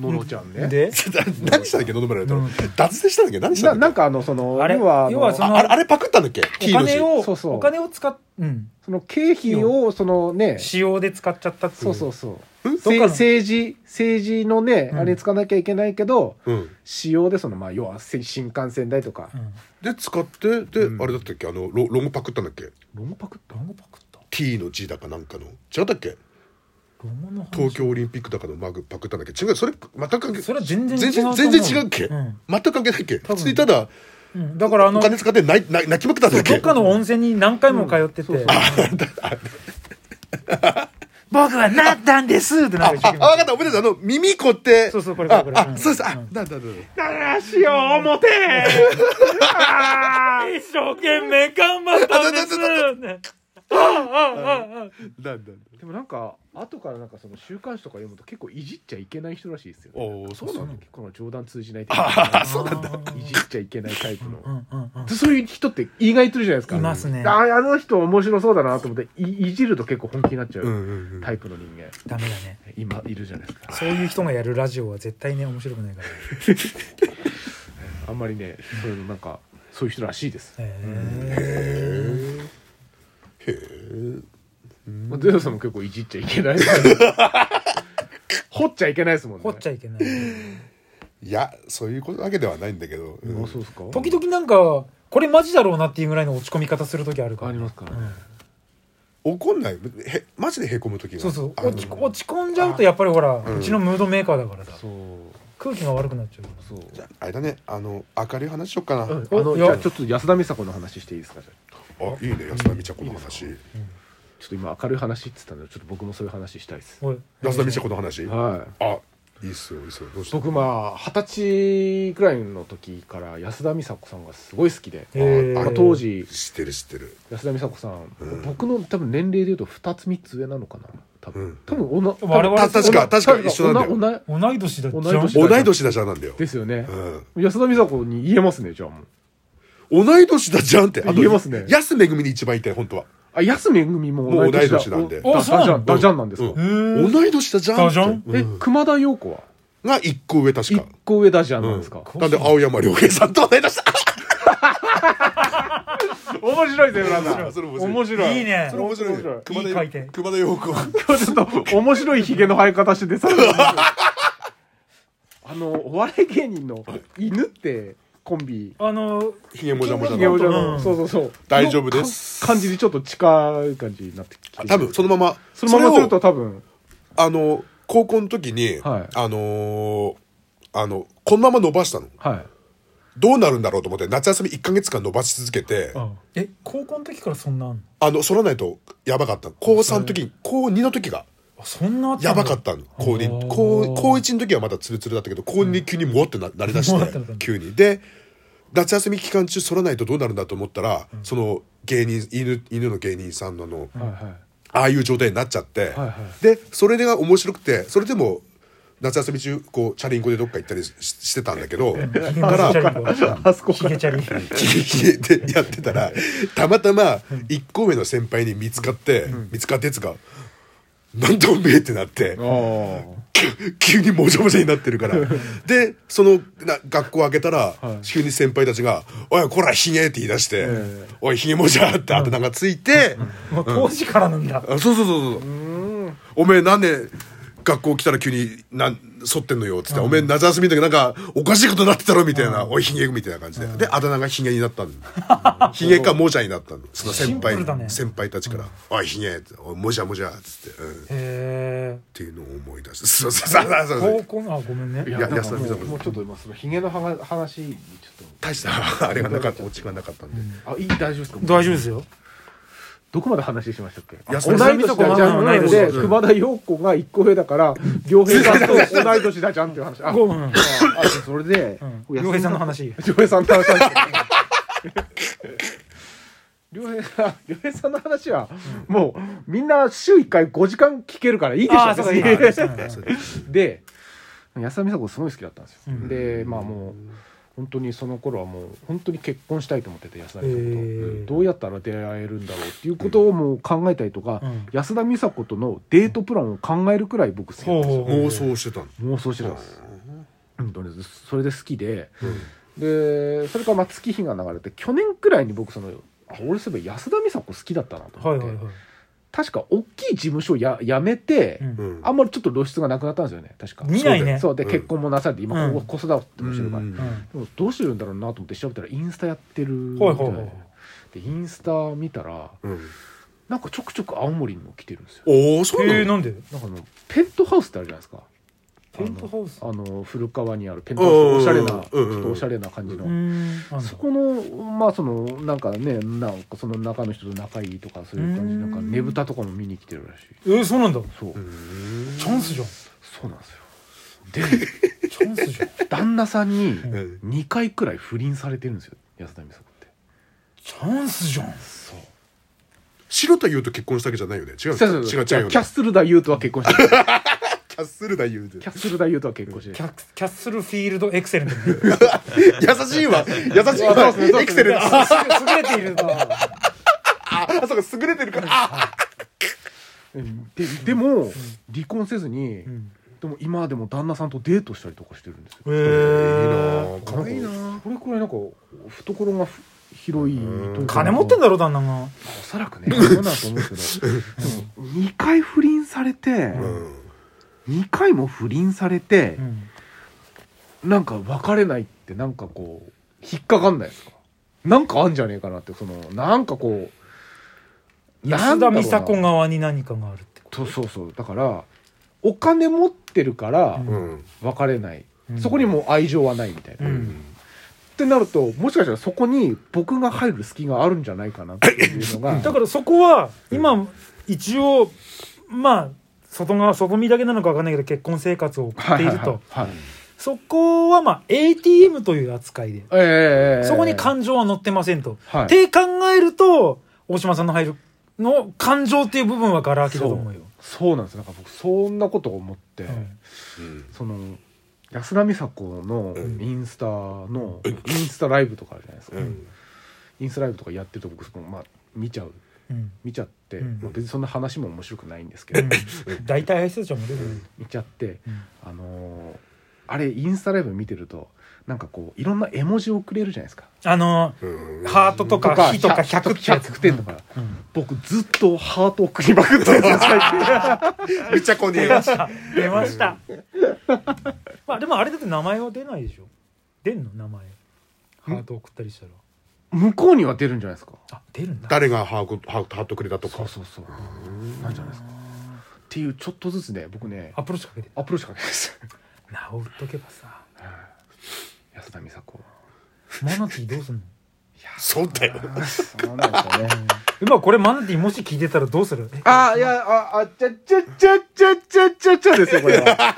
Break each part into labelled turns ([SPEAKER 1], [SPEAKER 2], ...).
[SPEAKER 1] ののちゃんね。
[SPEAKER 2] で
[SPEAKER 3] 何したんだっけ野々村亮太郎脱税したんだっけ何した
[SPEAKER 1] な、
[SPEAKER 3] んだ
[SPEAKER 1] な
[SPEAKER 3] っ
[SPEAKER 1] んかあの、その、
[SPEAKER 2] あれ
[SPEAKER 1] 要はあの、
[SPEAKER 2] 要は
[SPEAKER 3] け
[SPEAKER 2] そ
[SPEAKER 3] あ
[SPEAKER 2] の
[SPEAKER 3] あれあれパクったんだっけ
[SPEAKER 2] お
[SPEAKER 3] 黄色い
[SPEAKER 2] 金を
[SPEAKER 1] そうそう
[SPEAKER 2] お金を使っ、うん、
[SPEAKER 1] その経費を、そのね、
[SPEAKER 2] 使用で使っちゃったっていう
[SPEAKER 1] そうそうそう。
[SPEAKER 2] どっ
[SPEAKER 1] せ
[SPEAKER 2] かの
[SPEAKER 1] 政治、政治のね、
[SPEAKER 2] うん
[SPEAKER 1] あれ使わなきゃいけないけど、
[SPEAKER 3] うん、
[SPEAKER 1] 使用でその、まあ、要はせ新幹線代とか、
[SPEAKER 2] うん
[SPEAKER 3] で使ってで、
[SPEAKER 1] うん
[SPEAKER 3] あれだったっけあのロロングパクったんだっけ
[SPEAKER 1] ロンパクった
[SPEAKER 2] ロゴパクった
[SPEAKER 3] T の字だかなんかの違ったっけ
[SPEAKER 2] ロゴの話
[SPEAKER 3] 東京オリンピックだかのマグパクったんだっけ違うそれ全く関係
[SPEAKER 2] それは全然
[SPEAKER 3] 全
[SPEAKER 2] 違うと思
[SPEAKER 3] 然
[SPEAKER 2] う
[SPEAKER 3] 全然違うっけ、
[SPEAKER 2] うん
[SPEAKER 3] 全く関係ないっけ普
[SPEAKER 2] 分
[SPEAKER 3] 通にただ
[SPEAKER 2] うんだからあ
[SPEAKER 3] お
[SPEAKER 2] の
[SPEAKER 3] 金使って泣い泣い泣きまくったんだっ
[SPEAKER 2] どっ
[SPEAKER 3] け
[SPEAKER 2] かの温泉に何回も通っ
[SPEAKER 1] う
[SPEAKER 2] てて、
[SPEAKER 1] んそうそう
[SPEAKER 2] 僕はなったんですってな
[SPEAKER 3] あ、あ、
[SPEAKER 2] る
[SPEAKER 3] 分かった、思い出した。あの、耳こって。
[SPEAKER 2] そうそうこれこれこれ
[SPEAKER 3] あ、
[SPEAKER 2] う
[SPEAKER 3] あ
[SPEAKER 2] ん
[SPEAKER 3] そうです。あ
[SPEAKER 2] うん、
[SPEAKER 3] なんだ、なんだ。
[SPEAKER 1] だしよ、表あ
[SPEAKER 2] 一生懸命頑張ったんですあああああ
[SPEAKER 3] なんだ。
[SPEAKER 1] ーでもなんか、後からなんかその週刊誌とか読むと結構いじっちゃいけない人らしいですよ、ね。
[SPEAKER 3] おお、そうなんだ。
[SPEAKER 1] 結構な冗談通じない
[SPEAKER 3] あ、
[SPEAKER 1] タ
[SPEAKER 3] そうなんだ。
[SPEAKER 1] イプ。いじっちゃいけないタイプの。
[SPEAKER 2] うんうんうん
[SPEAKER 1] でそういう人って意外といるじゃないですか。
[SPEAKER 2] いますね
[SPEAKER 1] ああの人面白そうだなと思って、いいじると結構本気になっちゃ
[SPEAKER 3] うん
[SPEAKER 1] う
[SPEAKER 3] うんうん。
[SPEAKER 1] タイプの人間、
[SPEAKER 2] ダメだね
[SPEAKER 1] 今いるじゃないですか。
[SPEAKER 2] そういう人がやるラジオは絶対ね面白くないから、
[SPEAKER 1] あんまりね、そういうのなんか、そういう人らしいです。
[SPEAKER 2] へ
[SPEAKER 1] まあゼロさんも結構いじっちゃいけない。掘っちゃいけないですもん
[SPEAKER 2] え
[SPEAKER 1] ね。
[SPEAKER 2] 掘っちゃいけない
[SPEAKER 3] いや、そういうことわけではないんだけど。うん
[SPEAKER 1] あ、そうですか。
[SPEAKER 2] 時々なんかこれマジだろうなっていうぐらいの落ち込み方する時あるか
[SPEAKER 1] あ
[SPEAKER 2] ら
[SPEAKER 1] りますからね。
[SPEAKER 3] 怒んない。へ、マジでへこむ時が。
[SPEAKER 2] そうそう
[SPEAKER 3] あの
[SPEAKER 2] 落ち落ち込んじゃうとやっぱりほら、
[SPEAKER 3] ん
[SPEAKER 2] うちのムードメーカーだからさ
[SPEAKER 1] そう。
[SPEAKER 2] 空気が悪くなっちゃう
[SPEAKER 1] そう。
[SPEAKER 3] じゃあ、あれだね、あの、明るい話しよっかな。
[SPEAKER 1] うんあの、
[SPEAKER 2] い
[SPEAKER 1] じ
[SPEAKER 2] や
[SPEAKER 1] ゃあちょっと安田美沙子の話していいですかじゃあ
[SPEAKER 3] あ、いいね、安田美茶子の話。
[SPEAKER 1] ちょっと今明るい話って言ってたので、ちょっと僕もそういう話したいです。
[SPEAKER 2] おい
[SPEAKER 3] 安田美茶子の話。
[SPEAKER 1] はい。
[SPEAKER 3] あ、いいっすよ、いいっすよ。どうした。
[SPEAKER 1] 僕まあ二十歳ぐらいの時から安田美沙子さんがすごい好きで、
[SPEAKER 2] へー
[SPEAKER 1] まあ当時
[SPEAKER 3] 知ってる、知ってる。
[SPEAKER 1] 安田美沙子さん、
[SPEAKER 3] うん
[SPEAKER 1] 僕の多分年齢でいうと2つ3つ上なのかな多分、
[SPEAKER 3] うん
[SPEAKER 1] 多分おな多分
[SPEAKER 2] 我々
[SPEAKER 3] た確か、確か
[SPEAKER 1] 多分
[SPEAKER 3] 一緒なんだ
[SPEAKER 1] お
[SPEAKER 3] よ。
[SPEAKER 1] なおな
[SPEAKER 2] 同い年だじゃん
[SPEAKER 1] 同い年
[SPEAKER 3] 同い年だじゃんなんだよ。
[SPEAKER 1] ですよね
[SPEAKER 3] う、ん。
[SPEAKER 1] 安田美沙子に言えますねじゃあもう
[SPEAKER 3] 同い年だじゃんって。あと
[SPEAKER 1] 言えますね
[SPEAKER 3] 安めぐみに一番言いたい、本当は。
[SPEAKER 1] あ安めぐみも同い年だ
[SPEAKER 3] もう同い年なんで
[SPEAKER 1] お
[SPEAKER 2] あ
[SPEAKER 1] だ
[SPEAKER 2] そう
[SPEAKER 1] だ
[SPEAKER 2] なの
[SPEAKER 1] じゃんだじゃんなんですか、
[SPEAKER 3] うん
[SPEAKER 2] へえ
[SPEAKER 3] 同い年だじゃんって。
[SPEAKER 2] だじゃん
[SPEAKER 3] う
[SPEAKER 1] え
[SPEAKER 3] ん
[SPEAKER 1] 熊田曜子は
[SPEAKER 3] が一個上確
[SPEAKER 1] 一
[SPEAKER 3] か。
[SPEAKER 1] 個上だじゃんなんですか、
[SPEAKER 2] うん
[SPEAKER 3] なんで青山良平さんと同い年だ。
[SPEAKER 1] 面白いぜ村
[SPEAKER 3] 面白
[SPEAKER 1] 田
[SPEAKER 3] いそれ面白い
[SPEAKER 1] 面白い
[SPEAKER 2] いいね
[SPEAKER 3] それ面白いね
[SPEAKER 1] 面白い。
[SPEAKER 3] 熊田
[SPEAKER 2] いい回転
[SPEAKER 3] 熊田陽子。
[SPEAKER 1] 今 日ちょっと面白いひげの生え方して出 されたあのお笑い芸人の犬ってコンビ
[SPEAKER 2] あの
[SPEAKER 3] ひげもじゃもじゃ
[SPEAKER 1] ひげおじゃ
[SPEAKER 3] の。
[SPEAKER 1] の、
[SPEAKER 2] うん
[SPEAKER 1] そうそうそう
[SPEAKER 3] 大丈夫です
[SPEAKER 1] のか感じでちょっと近い感じになってきて
[SPEAKER 3] 多分そのまま。
[SPEAKER 1] そのまます
[SPEAKER 3] れ
[SPEAKER 1] る
[SPEAKER 3] を
[SPEAKER 1] と多分
[SPEAKER 3] あの高校の時に
[SPEAKER 1] はい
[SPEAKER 3] あのーあのこのまま伸ばしたの。
[SPEAKER 1] はい
[SPEAKER 3] どうなるんだろうと思って夏休み一ヶ月間伸ばし続けて、
[SPEAKER 2] え高校の時からそんなあんの
[SPEAKER 3] あの反らないとやばかったの。高三の時に高二の時が。
[SPEAKER 2] あそんなあった
[SPEAKER 3] やばかったたの高
[SPEAKER 2] あ
[SPEAKER 3] 2
[SPEAKER 2] ー
[SPEAKER 3] 高高1の時はまだツルツルだったけど高2に急にもわってななりだし
[SPEAKER 2] もわってなった
[SPEAKER 3] て
[SPEAKER 2] んだ
[SPEAKER 3] 急にで夏休み期間中反らないとどうなるんだと思ったら、その芸人犬犬の芸人さんのあの、
[SPEAKER 1] はいはい
[SPEAKER 3] ああいう状態になっちゃっ
[SPEAKER 1] は
[SPEAKER 3] て、
[SPEAKER 1] いは
[SPEAKER 3] でそれが面白くてそれでも夏休み中こうチャリンコでどっか行ったりししてたんだけど
[SPEAKER 2] ヒゲマジチャリンコ
[SPEAKER 1] あそこ
[SPEAKER 2] ヒゲチャリンコ
[SPEAKER 3] でやってたらたまたま1個目の先輩に見つかって、見つかったやつが「なんだおめえ!」ってなって。
[SPEAKER 1] あ
[SPEAKER 3] 急急にもじゃもじゃになって るからでそのな学校開けたら、急に先輩たちが「おいこらひげ」って言い出して「
[SPEAKER 1] え
[SPEAKER 3] おいひげもじゃ」ってあだ名がついて、
[SPEAKER 2] もう当時からなんだ
[SPEAKER 3] あそうそうそうそうおめえなんで学校来たら急になん剃ってんのよ」っつって、おめえ夏休みの時なんかおかしいことになってたろ」みたいな「おいひげ」みたいな感じで、であだ名がひげになった のひげかもじゃになったのその先
[SPEAKER 2] シンプルだ
[SPEAKER 3] 輩、
[SPEAKER 2] ね
[SPEAKER 3] 先輩たちから「おいひげ」って「おいもじゃもじゃ」っつって、うんっ
[SPEAKER 2] へえ
[SPEAKER 3] ていうのを思い出してそうそうそうそうそう
[SPEAKER 2] 高校あごめんね
[SPEAKER 1] い
[SPEAKER 3] いや
[SPEAKER 1] なんか
[SPEAKER 3] 安田美沙子
[SPEAKER 1] もうもうちょっと今そのひげのはが話にちょっ
[SPEAKER 3] 大したあ れがなかったオチがなかったんで、
[SPEAKER 1] とあいい大丈夫ですか
[SPEAKER 2] 大丈夫ですよ
[SPEAKER 1] どこまで話しましたっけ
[SPEAKER 3] 安
[SPEAKER 1] 同
[SPEAKER 3] 田
[SPEAKER 1] い年だじゃんなので熊田曜子が一個上だから良平さんと同い年だじゃんっていう話あ
[SPEAKER 2] ごめん
[SPEAKER 1] ああそれで
[SPEAKER 2] 洋平さんの話
[SPEAKER 1] 良平さんの話なん ですけど良平さん良平さんの話はもうみんな週1回5時間聞けるからいいでし
[SPEAKER 2] あ
[SPEAKER 1] ょ
[SPEAKER 2] あそうかいい
[SPEAKER 1] 別に
[SPEAKER 2] ね
[SPEAKER 1] で安田美沙子すごい好きだったんですよ、
[SPEAKER 2] うん
[SPEAKER 1] でまあもう本当にその頃はもう本当に結婚したいと思ってて安田美沙子と、
[SPEAKER 2] へー
[SPEAKER 1] どうやったら出会えるんだろうっていうことをもう考えたりとか、
[SPEAKER 2] うん
[SPEAKER 1] 安田美沙子とのデートプランを考えるくらい僕好きなん
[SPEAKER 2] ほう
[SPEAKER 1] ですよ
[SPEAKER 2] ほうほう
[SPEAKER 3] 妄想してたの
[SPEAKER 1] 妄想してたんですんですそれで好きで、でそれからまあ月日が流れて去年くらいに僕そのあ俺そういえば安田美沙子好きだったなと
[SPEAKER 2] は
[SPEAKER 1] 思
[SPEAKER 2] い
[SPEAKER 1] っ
[SPEAKER 2] は
[SPEAKER 1] て、
[SPEAKER 2] いはい
[SPEAKER 1] 確か大きい事務所や辞めて、
[SPEAKER 2] うん
[SPEAKER 3] うん
[SPEAKER 1] あんまりちょっと露出がなくなったんですよね確か
[SPEAKER 2] 見ないね
[SPEAKER 1] そうで
[SPEAKER 3] うん
[SPEAKER 1] 結婚もなされて今
[SPEAKER 2] うん
[SPEAKER 1] 子育てもしてるから、
[SPEAKER 3] うん
[SPEAKER 1] で
[SPEAKER 2] うん
[SPEAKER 1] もどうしてるんだろうなと思って調べたらインスタやってるみた
[SPEAKER 2] はいい
[SPEAKER 1] で,、
[SPEAKER 2] はいはい
[SPEAKER 1] でインスタ見たら
[SPEAKER 3] うん
[SPEAKER 1] なんかちょくちょく青森にも来てるんですよ
[SPEAKER 3] おおそう
[SPEAKER 2] え
[SPEAKER 3] な
[SPEAKER 2] ー
[SPEAKER 3] の
[SPEAKER 2] なんで
[SPEAKER 1] なんかあのペントハウスってあるじゃないですか
[SPEAKER 2] ペントハウス
[SPEAKER 1] あの古川にあるペントハウスおしゃれなち
[SPEAKER 3] うんうんうん
[SPEAKER 1] ょっとおしゃれな感じの、
[SPEAKER 2] うーんあんだ
[SPEAKER 1] そこのまあそのなんかねなんかその中の人と仲いいとかそういう感じ
[SPEAKER 2] うん
[SPEAKER 1] なんかねぶたとかも見に来てるらしい
[SPEAKER 2] えーそうなんだ
[SPEAKER 1] そう、
[SPEAKER 3] うん
[SPEAKER 2] チャンスじゃん
[SPEAKER 1] そうなんですよで
[SPEAKER 2] チャンスじゃん
[SPEAKER 1] 旦那さんに
[SPEAKER 3] うん
[SPEAKER 1] 2回くらい不倫されてるんですよ安田美沙子って
[SPEAKER 2] チャンスじゃん
[SPEAKER 1] そう
[SPEAKER 3] 白田優と結婚したわけじゃないよね違う
[SPEAKER 1] そうそうそう
[SPEAKER 3] 違
[SPEAKER 1] うキ
[SPEAKER 3] 違うよ
[SPEAKER 1] ャ
[SPEAKER 3] ね
[SPEAKER 1] キャッスルダユーとは結婚してない
[SPEAKER 3] キャッスルだ優で
[SPEAKER 1] キャッスルダユーとは結婚して
[SPEAKER 2] キ
[SPEAKER 1] ない
[SPEAKER 2] ャキャッスルフィールドエクセレントね
[SPEAKER 3] 優しいわ優しい
[SPEAKER 1] あそうで
[SPEAKER 3] わ
[SPEAKER 1] すねそうですね
[SPEAKER 3] エクセレントあ
[SPEAKER 2] す優れている
[SPEAKER 3] あそうか優れてるからあ
[SPEAKER 1] うんででも離婚せずに、でも今でも旦那さんとデートしたりとかしてるんですよ
[SPEAKER 2] え
[SPEAKER 3] ーいいなあ
[SPEAKER 1] かわいいなこれくらいなんか懐がふ広いというか
[SPEAKER 2] 金持ってんだろ旦那が
[SPEAKER 1] おそらくねそうなんだと思うんですけどでも2回不倫されて、
[SPEAKER 3] うん
[SPEAKER 1] 2回も不倫されて
[SPEAKER 2] う、ん
[SPEAKER 1] なんか別れないってなんかこう引っかかんないですかなんかあんじゃねえかなってそのなんかこう
[SPEAKER 2] 安田美沙子
[SPEAKER 1] なんだろ
[SPEAKER 2] 側に何かがあるってこ
[SPEAKER 1] うなそうそうそうだからお金持ってるから
[SPEAKER 2] うん
[SPEAKER 3] うん
[SPEAKER 1] 別れない、
[SPEAKER 2] うん
[SPEAKER 1] そこにもう愛情はないみたいな、
[SPEAKER 2] う
[SPEAKER 1] っ
[SPEAKER 2] ん
[SPEAKER 1] てなるともしかしたらそこに僕が入る隙があるんじゃないかなっていうのが
[SPEAKER 2] と だからそこは今一応まあ外側外見だけなのか分かんないけど結婚生活を送っている
[SPEAKER 1] はいは
[SPEAKER 2] と
[SPEAKER 1] いはいはい
[SPEAKER 2] そこはまあ ATM という扱いで
[SPEAKER 1] ええええええ
[SPEAKER 2] そこに感情は乗ってませんと。
[SPEAKER 1] はい
[SPEAKER 2] って考えると大島さんの入るの感情っていう部分はガラ空きだと思うよ。
[SPEAKER 1] そうなんですよなんか僕そんなことを思って、
[SPEAKER 2] うん
[SPEAKER 3] うん
[SPEAKER 1] その安田美沙子の
[SPEAKER 3] うん
[SPEAKER 1] インスタのインスタライブとかあるじゃないですか、
[SPEAKER 3] うん
[SPEAKER 1] インスタライブとかやってると僕その、まあ、見ちゃう
[SPEAKER 2] うん
[SPEAKER 1] 見ちゃって、
[SPEAKER 2] うん
[SPEAKER 1] まあ、別にそんな話も面白くないんですけど、
[SPEAKER 2] うん大体挨拶者もいるよ
[SPEAKER 1] 見ちゃって
[SPEAKER 2] うん
[SPEAKER 1] あのーあれインスタライブ見てるとなんかこういろんな絵文字をくれるじゃないですか。
[SPEAKER 2] あの
[SPEAKER 3] うん
[SPEAKER 2] ハートとか火とか100ってやつ
[SPEAKER 1] 100点とか、
[SPEAKER 2] うん
[SPEAKER 1] 僕ずっとハートを送りまくってるんですよ最近
[SPEAKER 3] めっちゃこね
[SPEAKER 2] 出ました出ました。 まあでもあれだって名前は出ないでしょ。出んの名前。ハート送ったりしたら。
[SPEAKER 1] 向こうには出るんじゃないですか
[SPEAKER 2] あ出るんだ。
[SPEAKER 3] 誰がハートハートハートくれたと
[SPEAKER 1] そ
[SPEAKER 3] か
[SPEAKER 1] うそうそうなんじゃないですかっていうちょっとずつね僕ね
[SPEAKER 2] アプローチかけて。
[SPEAKER 1] アプローチかけないです
[SPEAKER 2] 名を売っとけばさ。
[SPEAKER 1] 安田美沙子
[SPEAKER 2] マナティーどうすんの。
[SPEAKER 3] そうだよ
[SPEAKER 1] そうなんですよね
[SPEAKER 2] 今これマナティーもし聞いてたらどうする。え
[SPEAKER 1] あいやああちゃちゃちゃちゃちゃちゃちゃですよこれは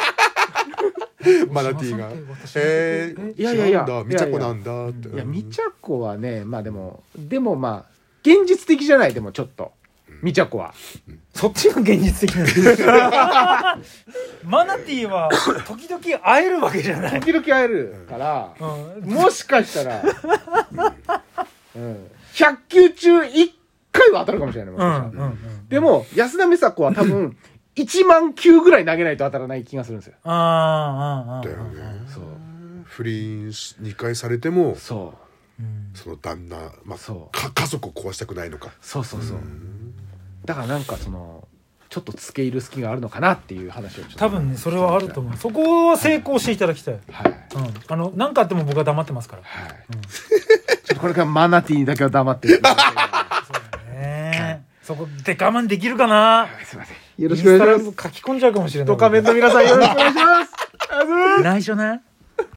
[SPEAKER 3] マナティーが
[SPEAKER 2] 大島さんって私のこと
[SPEAKER 3] え
[SPEAKER 1] いやいやいや
[SPEAKER 3] 違うんだみちゃこなんだって
[SPEAKER 1] いやみちゃこはねまあでもでもまあ現実的じゃないでもちょっとみちゃこは
[SPEAKER 2] そっちが現実的なんだマナティーは時々会えるわけじゃない、
[SPEAKER 1] 時々会えるから
[SPEAKER 2] うん、
[SPEAKER 1] もしかしたらうん100球中1回は当たるかもしれないもし
[SPEAKER 2] う
[SPEAKER 1] かし
[SPEAKER 2] ん
[SPEAKER 1] たら
[SPEAKER 2] うんうん
[SPEAKER 1] でも安田美沙子は多分1万球ぐらい投げないと当たらない気がするんですよ
[SPEAKER 2] あーあ
[SPEAKER 3] だ
[SPEAKER 2] ー
[SPEAKER 3] よ
[SPEAKER 2] あー
[SPEAKER 3] ね
[SPEAKER 1] そう
[SPEAKER 3] 不倫し2回されても
[SPEAKER 1] そう
[SPEAKER 2] うん
[SPEAKER 3] その旦那まあ
[SPEAKER 1] そう
[SPEAKER 3] か家族を壊したくないのか
[SPEAKER 1] そうそうそうだからなんかそのちょっと付け入る隙があるのかなっていう話をちょっと
[SPEAKER 2] 多分ねそれはあると思うそこは成功していただきたい、うん、
[SPEAKER 1] はい
[SPEAKER 2] あの何かあっても僕は黙ってますから
[SPEAKER 1] はい、ちょっとこれからマナティーだけは黙って る
[SPEAKER 2] ねえそこで我慢できるかな
[SPEAKER 1] すいませんよろしくお願いします
[SPEAKER 2] インスタライブ書き込んじゃうかもしれない
[SPEAKER 1] ドカメンの皆さんよろしくお願いしますありがとうございます
[SPEAKER 2] 内緒ね